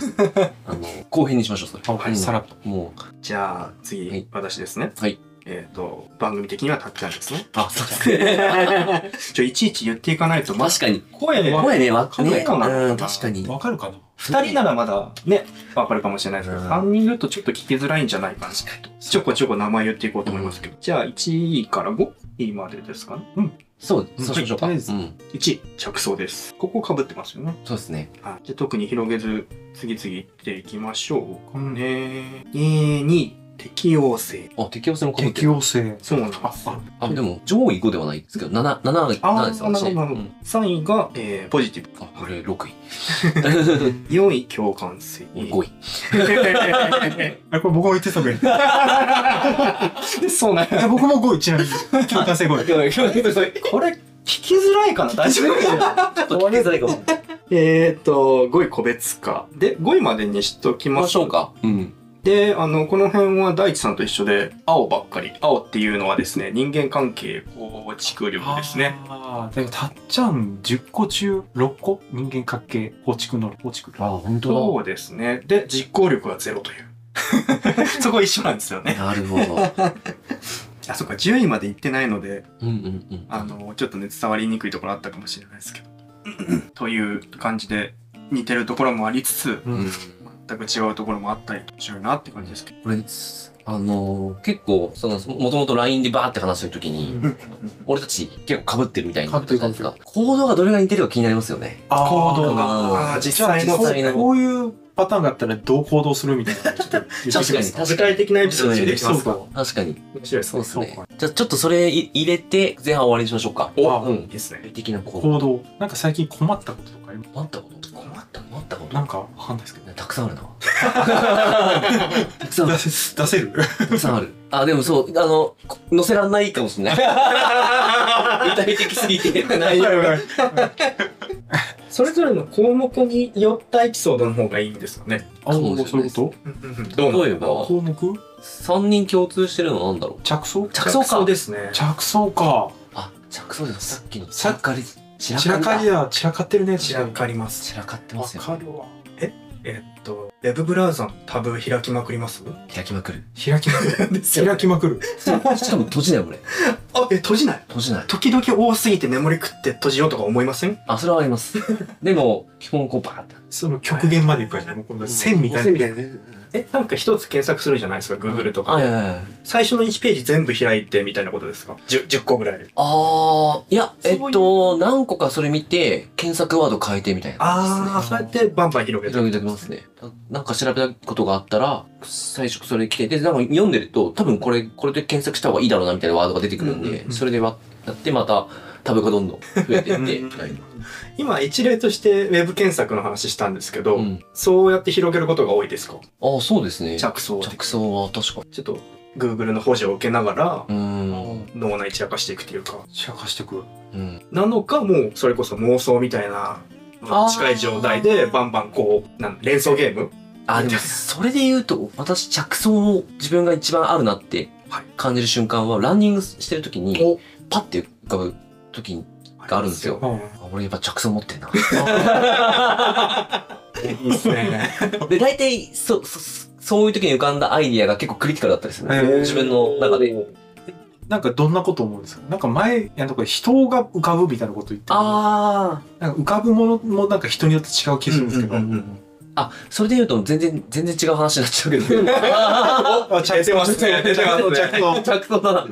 S1: あの、後編にしましょう、それ。
S2: あはい、さらっと。
S1: も
S3: じゃあ、次、
S1: はい
S3: 私ですね。
S1: はい。
S3: えっ、と、番組的にはたっちゃんですね。
S1: あ、そうですね。
S3: ちょ、いちいち言っていかないと、まあ
S1: 確かに。
S3: 声は、
S1: 声ね、わか
S3: ね
S1: ね。うん、確かに。
S2: わかるかな
S3: 二人ならまだね、わかるかもしれないですけ
S1: う
S3: ど、
S1: ん
S3: 三人いるとちょっと聞きづらいんじゃないかな。ちょこちょこ名前言っていこうと思いますけど。じゃあ、1位から5位までですかね。うん。
S1: そう、
S2: うん
S1: そうしましょうか。
S2: と
S1: う
S2: りあえ
S1: ん。
S2: ず
S1: そ
S3: 1位、着想です。ここ被ってますよね。
S1: うですね。
S3: はい。じゃあ、特に広げず、次々行っていきましょうかね。えー、2位、適応性。
S1: あ、適応性も被って
S2: 適
S1: る。
S2: 応性。
S3: そうなんです。
S2: あ、あ、
S1: あ、でも、上位5ではないですけど、7、7、
S3: あ
S1: 7
S3: あ
S1: です
S3: ー、
S1: 私
S3: な
S1: ね。
S3: るほど、なる
S1: う
S3: ほど
S1: ん。
S3: 3位が、えー、ポジティブ。
S1: あ、これ6位。
S3: 4位、共感性。
S1: 5位。
S3: 位。
S2: あれこれ僕も言ってたけど。
S3: そうな
S2: い
S3: ん
S2: や僕も5位ちなみに。共感性5位。
S3: これ、聞きづらいかな大丈夫
S1: ちょっと聞きづらいかも。行
S3: えーと、5位個別化。で、5位までにしとき
S1: きま
S3: ま
S1: し
S3: し
S1: ょ
S3: ょう
S1: う
S3: か。
S1: か。うん。
S3: で、あの、この辺は大地さんと一緒で、青ばっかり。青っていうのはですね、人間関係構築力ですね。
S2: ああ、でもたっちゃん10個中6個人間関係構築の構築。
S1: あ、本
S3: そうですね。で、実行力はゼロという。 そこ一緒なんですよね。
S1: だ。なるほど。
S3: あ、そっか、10位まで行ってないので、
S1: うんうんうん。
S3: あの、ちょっとね、伝わりにくいところあったかもしれないですけど。 という感じで、似てるところもありつつ、
S2: う
S1: うんん。
S3: 全く違うところもあったり、面白いなって感じですけど。
S1: これあのー結構そのもともと LINE でバーって話してるときに、
S2: うん
S1: 俺たち結構被ってるみたいになってるじゃないです
S2: 被
S1: か行動がどれぐらい似てるか気になりますよね
S2: あー
S3: 行動
S1: が
S3: あー実際
S2: こ
S3: の
S1: 実際
S2: う
S1: の
S2: こういうパターンがあったらどう行動するみたいなのをちょっと言ってきます。
S1: 確かに確
S3: 具
S1: かに
S3: 体的なエピソード
S1: に
S3: で
S2: で
S3: で
S2: き
S3: きま
S2: そう
S3: すか
S2: か。
S1: 確かに
S3: 面白いで
S1: そうですね
S2: そう
S1: じゃあちょっとそれい入れて前半終わりにしましょうか
S2: お
S1: うん
S3: いいですね。
S1: 具体的な行動
S2: 行動。なんか最近困ったこととかありま
S1: 困ったこと困った困ったこ
S2: す
S1: と
S2: なんかわかんないですけど。
S1: たくさんあるなたくさんあ
S2: 出
S1: る
S2: せ、出せる
S1: たくさんあるあでもそうあのこ載せらんないかもしれない具体的すぎて 内容が
S3: それぞれの項目によったエピソードの方がいいんですかね。
S2: あ、もうそういうこ
S3: ど
S1: 例え
S2: と
S1: ば
S2: 項目
S1: 3人共通してるのは何だろう
S2: 着想
S1: 着想か
S3: ですね。
S2: 着想か。
S1: あ、着想です。さっきの
S2: さっ
S1: かり、散
S2: 散らかりだ。散らかってるね。
S3: 散らかります。
S1: 散らかってま
S2: わ
S1: すよ。
S2: かるわ。
S3: えっと、ウェブブラウザのタブ開きまくります
S1: 開きまくる。
S2: 開きまくる。
S3: です
S2: 開きまくる。
S1: しかも閉じない俺。
S3: あ、え、閉じない。
S1: 閉じない。
S3: 時々多すぎてメモリ食って閉じようとか思いません
S1: あ、それはあります。でも、基本こうバーって。
S2: その極限までいくからね。もうこんな線みたいな。
S1: なね。
S3: え、なんか一つ検索するじゃないですか、Google と
S1: あ、い
S3: か。
S1: やいやいや。
S3: 最初の1ページ全部開いてみたいなことですか 10, 10個ぐらい。
S1: あー、いや、
S3: そう
S1: え
S3: いう
S1: っと、何個かそれ見て、検索ワード変えてみたいな。
S3: あー、そうやってバンバン広げて
S1: 広げてきますね。なんか調べたことがあったら、最初それ来て、で、なんか読んでると、多分これ、これで検索した方がいいだろうなみたいなワードが出てくるん
S3: うんうんう
S1: で、
S3: ん
S1: それでわやって、また、タブがどんどん増えてって、
S3: うん
S1: みたいな。
S3: 今一例としてウェブ検索の話したんですけど、
S1: うん。
S3: そうやって広げることが多いですか
S1: ああ、そうですね。
S3: 着想的
S1: 着想は確か
S3: ちょっと Google の補助を受けながら
S1: うーん。
S3: 脳内散らかしていくというか
S2: 散らかしてくる。
S1: うん。
S3: なのかもうそれこそ妄想みたいな
S1: あー
S3: 近い状態でバンバンこうなん連想ゲーム
S1: あ、でも、それで言うと、私、着想を自分が一番あるなって
S3: はい
S1: 感じる瞬間は、ランニングしてる時に、
S3: を
S1: パッて浮かぶ時に、があるんですよあ俺やっぱ着想持 ってんな。
S3: いいですね
S1: で、大体、そ、そ、そういう時に浮かんだアイディアが結構クリティカルだったりするんですよ。
S2: へー
S1: 自分の中で。
S2: なんかどんなこと思うんですかなんか前、いやなんか人が浮かぶみたいなこと言ってる
S1: あ
S2: なんか浮かぶものもなんか人によって違う気するんですけど。
S3: うんうんうん
S1: ー。あ、それで言うと、全然、全然違う話になっちゃうけど。
S2: あ、ちゃん
S3: 出てますね出てますね
S2: ちゃんと
S1: 着想だな。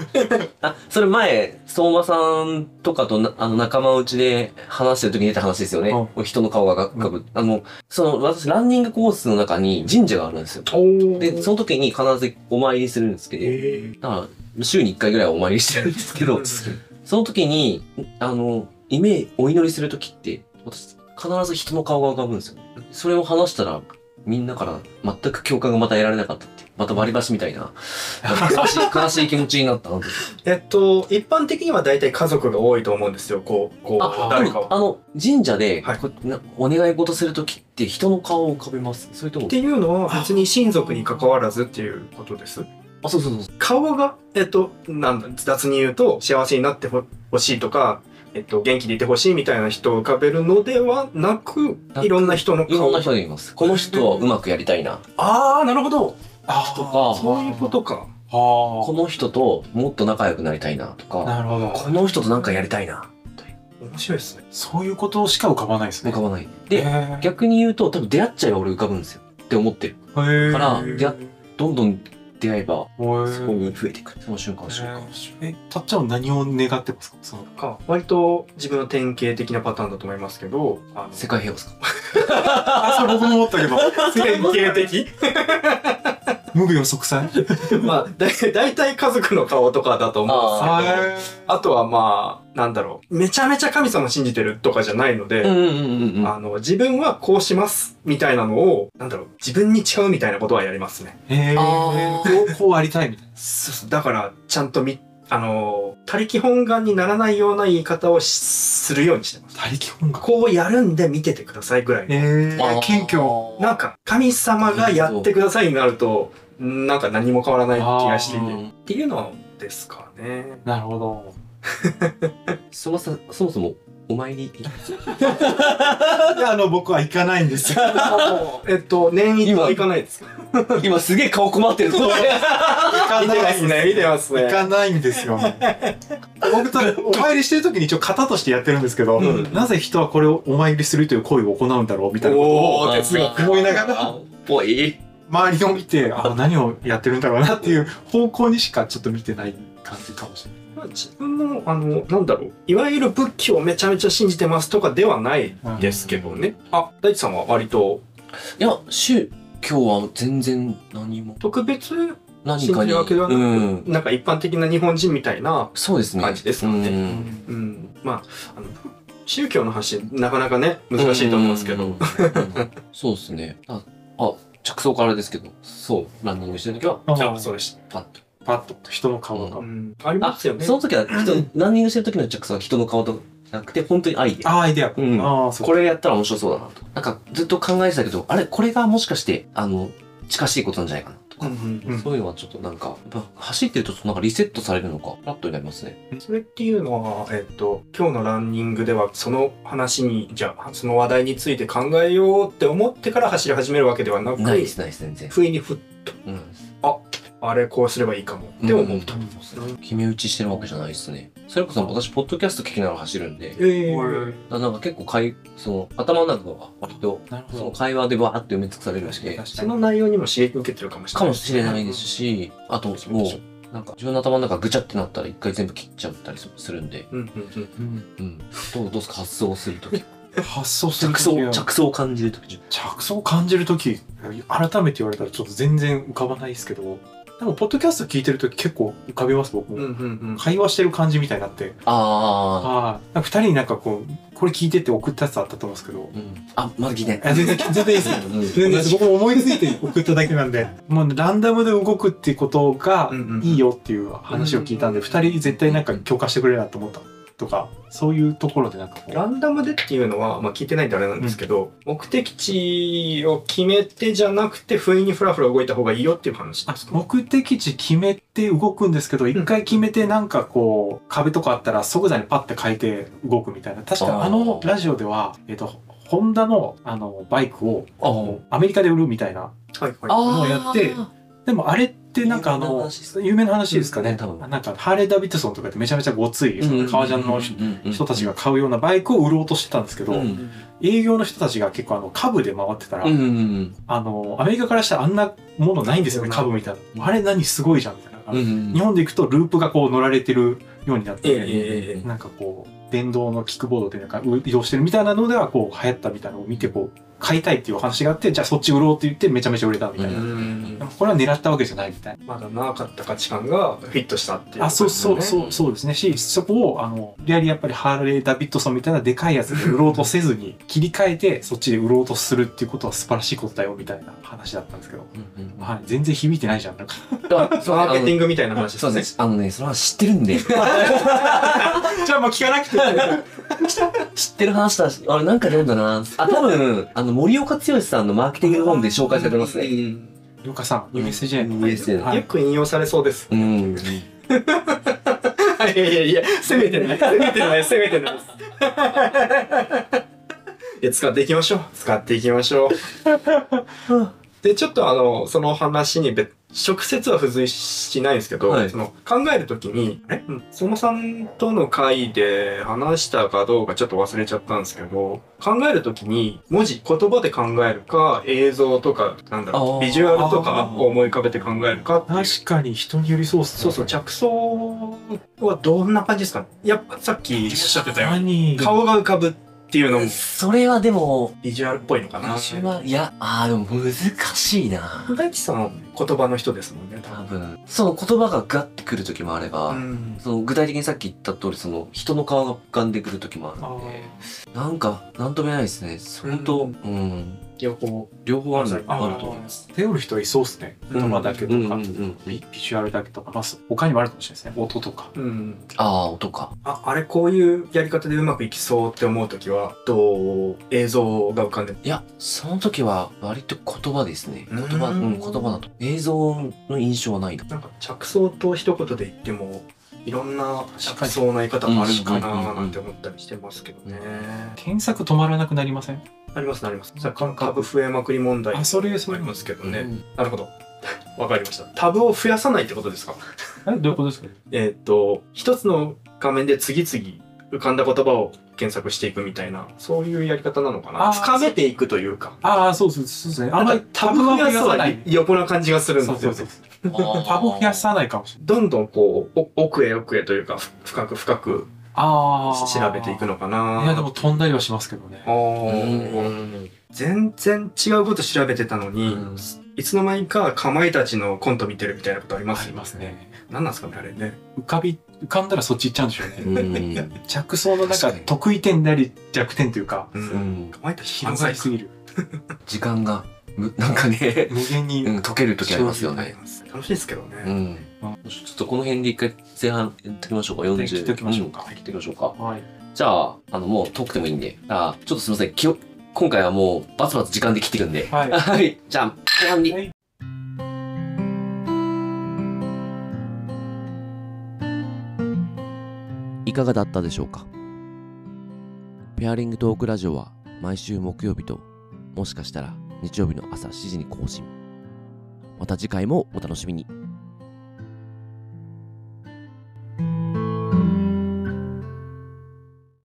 S1: あ、それ前、相馬さんとかとなあの仲間内で話してる時に出た話ですよね。人の顔が浮かぶ。あの、その、私、ランニングコースの中に神社があるんですよ。
S3: おー
S1: で、その時に必ずお参りするんですけど、
S3: え
S1: だから、週に1回ぐらいはお参りしてるんですけど、その時に、あの、イメージ、お祈りする時って、私、必ず人の顔が浮かぶんですよね。それを話したら、みんなから全く共感がまた得られなかったって。また割り箸みたいな、なんか悲しい、悲しい気持ちになったなって。
S3: えっと一般的には大体家族が多いと思うんですよこうこ
S1: あ
S3: う、
S1: で
S3: 誰か
S1: も
S3: を
S1: あの、神社で、
S3: はい
S1: こうなお願い事するときって人の顔を浮かべますそれとも
S3: って、いうのは別に親族に関わらずっていうことです
S1: あ、そうそうそう。
S3: 顔が、えっと、なんだ、雑に言うと、幸せになってほほしいとか、えっと、元気でいてほしいみたいな人を浮かべるのではなく
S1: な、く
S3: いろんな人の
S1: いろ
S3: 顔
S1: んな人がいます。この人はうまくやりたいな。
S3: ああ、なるほど。
S2: あ
S1: とか
S3: そういうことか。
S2: は
S1: この人ともっと仲良くなりたいなとか、
S2: あ。なるほど。
S1: この人となんかやりたいな、
S3: 面白いですね。
S2: そういうことしか浮かばないですね。
S1: 浮かばない。で、
S2: へー
S1: 逆に言うと、多分出会っちゃえば俺浮かぶんですよって思ってる。
S2: へー
S1: から
S2: へー
S1: 出会どんどん出会えば、そこ
S2: へ
S1: に増えていく。その瞬間、瞬間。
S2: え。え、たっちゃんは何を願ってますかその
S3: か割と自分の典型的なパターンだと思いますけど、あの
S1: 世界平和ですか
S2: あ、それ僕も思ったけど。
S3: 典型的
S2: 無病息災
S3: まあ、だい大体家族の顔とかだと思うんです
S1: あ
S2: へ
S3: けど。あとはまあ、なんだろう。めちゃめちゃ神様信じてるとかじゃないので、
S1: うんうんうんうん。
S3: あの、自分はこうします、みたいなのを、なんだろう、自分に違うみたいなことはやりますね。
S2: え。
S1: あ
S2: こう、こうありたいみたいな。
S3: そうそう。だから、ちゃんとみ、あの、他力本願にならないような言い方をしするようにしてます。
S2: 他力本願。
S3: こうやるんで見ててくださいぐらいの。
S2: え
S1: あー
S2: 謙虚。
S3: なんか、神様がやってくださいになると、なんか何も変わらない気がして
S1: う
S3: っ
S1: ん
S3: ていうのですかね。
S2: なるほど。
S1: そもそそもそも、お前に、
S2: で、あの、僕は行かないんですよ。
S3: えっと、年一はいかないですか
S1: 今すげえ顔困ってるぞ。
S2: 行か
S3: 見てますね、見てますね。
S2: 行かないんですよね。僕とお参りしてる時に一応型としてやってるんですけど、
S3: うん
S2: なぜ人はこれをお参りするという行為を行うんだろうみたいなことを
S3: おー、哲学。
S2: 思いながら、
S1: あ。ぽい。
S2: 周りを見て、あ、何をやってるんだろうなっていう方向にしかちょっと見てない感じかもしれない。
S3: 自分の、あの、なんだろう、いわゆる仏教をめちゃめちゃ信じてますとかではないですけどね。あ、大地さんは割と、
S1: いや、宗教は全然何も。
S3: 特別、
S1: 何か
S3: 信じ
S1: に。
S3: るわけではなく
S1: うん。
S3: なんか一般的な日本人みたいな、
S1: そうですね。
S3: 感じですもんね
S1: うん
S3: うん、まあ、あの、宗教の話、なかなかね、難しいと思いますけ
S1: うんうん
S3: ど、
S1: うんうん。そうですね。あ、あ、着想からですけど、そう、ランニングしてるときは、
S3: あ、そうでし
S1: パッと。
S2: パッと人の顔が。
S3: た。うん、ありま
S1: あ、
S3: すよね。
S1: その時は人、ランニングしてる時の着想は人の顔とかじゃなくて、本当にアイデア。
S2: ああ、アイデア。
S1: うん
S2: ああ、そう。
S1: これやったら面白そうだなと。なんか、ずっと考えてたけど、あれ、これがもしかして、あの、近しいことなんじゃないかなと
S3: う
S1: か。
S3: ん
S2: うん
S1: そういうのはちょっとなんか、やっぱ走ってるとなんかリセットされるのか、ラッとになりますね。
S3: うん、それっていうのは、えっと、今日のランニングでは、その話に、じゃあ、その話題について考えようって思ってから走り始めるわけではなく、
S1: ないです、ないです、全然。
S3: 不意にふっ
S1: うん。
S3: あれこうすればいいかもって思うと。
S2: うん
S1: 決め打ちしてるわけじゃないですね。それこそ私、ポッドキャスト聞きながら走るんで、
S3: え
S2: うん
S1: だからなんか結構かい、その、頭の中が割と、
S2: なるほ
S1: その
S2: ど。
S1: 会話でバーって埋め尽くされるし、
S3: その内容にも刺激受けてるかもしれ
S1: か
S3: ない。
S1: もしれないですし、あと
S3: そう
S1: も
S3: でしょ
S1: う、なんか自分の頭の中ぐちゃってなったら一回全部切っちゃったりするんで、
S3: うんうん
S2: うん
S1: うん。どうどうですか発想するとき。
S2: 発想する
S1: 着
S2: 時
S1: 想、
S2: は
S1: 着想を感じるとき。
S2: 着想を感じるとき、改めて言われたらちょっと全然浮かばないですけど、でも、ポッドキャスト聞いてるとき結構浮かびます、僕
S3: うん。
S2: も。
S3: うんうん
S2: 会話してる感じみたいになって。
S1: ああ。
S2: ああ。なんか二人になんかこう、これ聞いてって送ったやつあったと思うんですけど。
S1: うん。あ、まだ聞いてない。
S2: あ全然、全然いいです。 全然僕も思いついて送っただけなんで、もうランダムで動くってことが
S3: うんうんうん
S2: いいよっていう話を聞いたんで、
S3: うん
S2: 二人絶対なんか共感してくれるなと思ったとか、そういうところでなんかこ
S3: ラ
S2: う、
S3: ンダムでっていうのは、まあ聞いてないんであれなんですけど、目的地を決めてじゃなくて、不意にフラフラ動いた方がいいよっていう話
S2: あ
S3: ですか
S2: 目的地決めて動くんですけど、一回決めてなんかこう、壁とかあったら即座にパッて変えて動くみたいな。確かあのラジオでは、えっと、ホンダのあのバイクを
S1: あ
S2: アメリカで売るみたいな
S3: はいはい。
S1: あ。
S2: もうやってでもあれってなんかあ
S1: 有名な
S2: の
S1: 話です、
S2: 有名な話ですか
S1: うん
S2: ね
S1: 多。分
S2: なんかハーレー・ダビッドソンとかってめちゃめちゃごつい、
S1: うん、
S2: 革ジャンの人人たちが買うようなバイクを売ろうとしてたんですけど、
S1: うん。うん
S2: 営業の人たちが結構あの株で回ってたら、
S1: うんうん
S2: あの、アメリカからしたらあんなものないんですよね、
S3: うん
S2: 株みたいな。あれ何すごいじゃんみたいな。
S1: うん。うん
S2: 日本で行くとループがこう乗られてるようになって、
S3: えええええ
S2: なんかこう、電動のキックボードでなんか移動してるみたいなのではこう流行ったみたいなのを見てこう、買いたいっていうお話があって、じゃあそっち売ろうって言ってめちゃめちゃ売れたみたいな。
S3: え。
S1: う
S3: うんん
S2: でもこれは狙ったわけじゃないみたいな。
S3: まだなかった価値観がフィットしたっていうことですよ
S2: あ、そうそ
S3: ね、
S2: う、そう、そうですね。し、そこを、あの、リアリやっぱりハーレー・ダビッドソンみたいなでかいやつで売ろうとせずに、切り替えて、そっちで売ろうとするっていうことは素晴らしいことだよ、みたいな話だったんですけど。
S1: うんうん
S2: はい、全然響いてないじゃん。なんか、
S1: あそう
S3: マーケティン
S1: グ
S3: グみたいな話で
S1: そう
S3: す
S1: で
S3: ね。
S1: すね。あのね、それは知ってるんで。
S2: じゃあもう聞かなく て。
S1: 知ってる話だし、あれなんか読んだな。あ、多分、あの、森岡剛さんのマーケティングの本で紹介されてますね。
S2: ヨカさん、
S1: うん
S2: USJ の。
S1: USJ
S2: はい
S3: よく引用されそうです。
S1: うん。
S3: いやいやいや、攻めてない、攻めてない、攻めてないです。 いや使っていきましょう。使っていきましょう。で、ちょっとあの、その話にべ直接は付随しないんですけど、
S1: はい
S3: その考えるときに、え、そのさんとの会で話したかどうかちょっと忘れちゃったんですけど、考えるときに文字、言葉で考えるか、映像とか、なんだろ
S1: あー
S3: う、ビジュアルとかを思い浮かべて考えるかっていう。
S2: 確かに人によりそうっすね
S3: そうそう、着想はどんな感じですかねやっぱさっきおっしゃってたように、
S2: 何
S3: 顔が浮かぶっていうのも
S1: それはでも、
S3: ビジュアルっぽいのかな。
S1: 一番、いや、あーでも難しいな。
S3: 大地さんは言葉の人ですもんね、多
S1: 多
S3: 分。
S1: 分。その言葉がガッてくる時もあれば、
S3: うん
S1: その具体的にさっき言った通り、その人の顔が浮かんでくる時もある
S2: あ
S1: んで、なんか、なんとも言えないですね。本当、うん、うん、
S3: 両方
S1: 両方あるの
S2: あ
S1: あると思います。
S2: 頼る人はいそうっすね言葉だけとか、
S1: うんうんうんうん
S2: ビビジュアルだけとか、まあ、他にもあるかもしれないですね音とか
S3: うん、
S1: ああ、音か。
S3: ああれこういうやり方でうまくいきそうって思う時はどう映像が浮かんで
S1: いや、その時は割と言葉ですね。言葉、う、
S3: うんん
S1: 言葉だと。映像の印象はないな。
S3: なんか着想と一言で言ってもいろんな着想の言い方があるのかななんて思ったりしてますけどね、
S2: 検索止まらなくなりません
S3: ありますねありますさか株増えまくり問題
S2: あそれ
S3: あ
S2: そう
S3: り
S2: いうの
S3: ますけどね、
S1: うん
S3: なるほどわかりましたタブを増やさないってことですか
S2: えどういうことですか
S3: えーっと一つの画面で次々浮かんだ言葉を検索していくみたいなそういうやり方なのか
S2: あ
S3: な
S2: ー
S3: 深めていくというか
S2: ああそうそうそうですねあ
S3: あ
S2: ん
S3: ん
S2: ま
S3: ま
S2: り
S3: り
S2: タ
S3: タ
S2: ブ
S3: ブ
S2: は
S3: は
S2: 増や
S3: 増や
S2: さ
S3: さ
S2: な
S3: ないい横な感じがするん
S2: そう
S3: です
S2: そ
S3: よ
S2: う
S3: ね
S2: そうタ
S1: タ
S2: ブを増やさないかもしれない
S3: どんどんこうお奥へ奥へというかふ深く深く
S2: ああ
S3: 調べていくのかない
S2: やでも飛んだりはしますけどね
S3: あー全然違うこと調べてたのに、
S1: うん
S3: いつの間にかかまいたちのコント見てるみたいなことありま
S2: あ
S3: す
S2: りますね
S3: 何なんですかねあれね
S2: 浮かび浮かんだらそっち行っちゃうんでしょうね、
S1: うん。
S2: 着想の中
S1: 確かに
S2: 得意点なり弱点というか
S3: うん
S1: うん
S3: かまいたち広
S2: 浅
S3: がりす
S2: す
S3: ぎ
S2: ぎる
S1: 時間が、む なんかね、
S2: 無限に、
S1: うん、溶ける時ありますよね。
S3: ます楽しいですけどね、
S1: うん。ちょっとこの辺で一回前半やってみましょうか。40。
S2: 切っときましょうか
S1: ん切っておきましょうか。
S2: はい
S1: じゃあ、あの、もう遠くてもいいんで。あちょっとすみません。きよ今回はもう、バツバツ時間で切ってるんで。
S2: はい
S1: はい。じゃあ、後半に。
S4: いかがだったでしょうかペアリングトークラジオは毎週木曜日ともしかしたら日曜日の朝7時に更新また次回もお楽しみに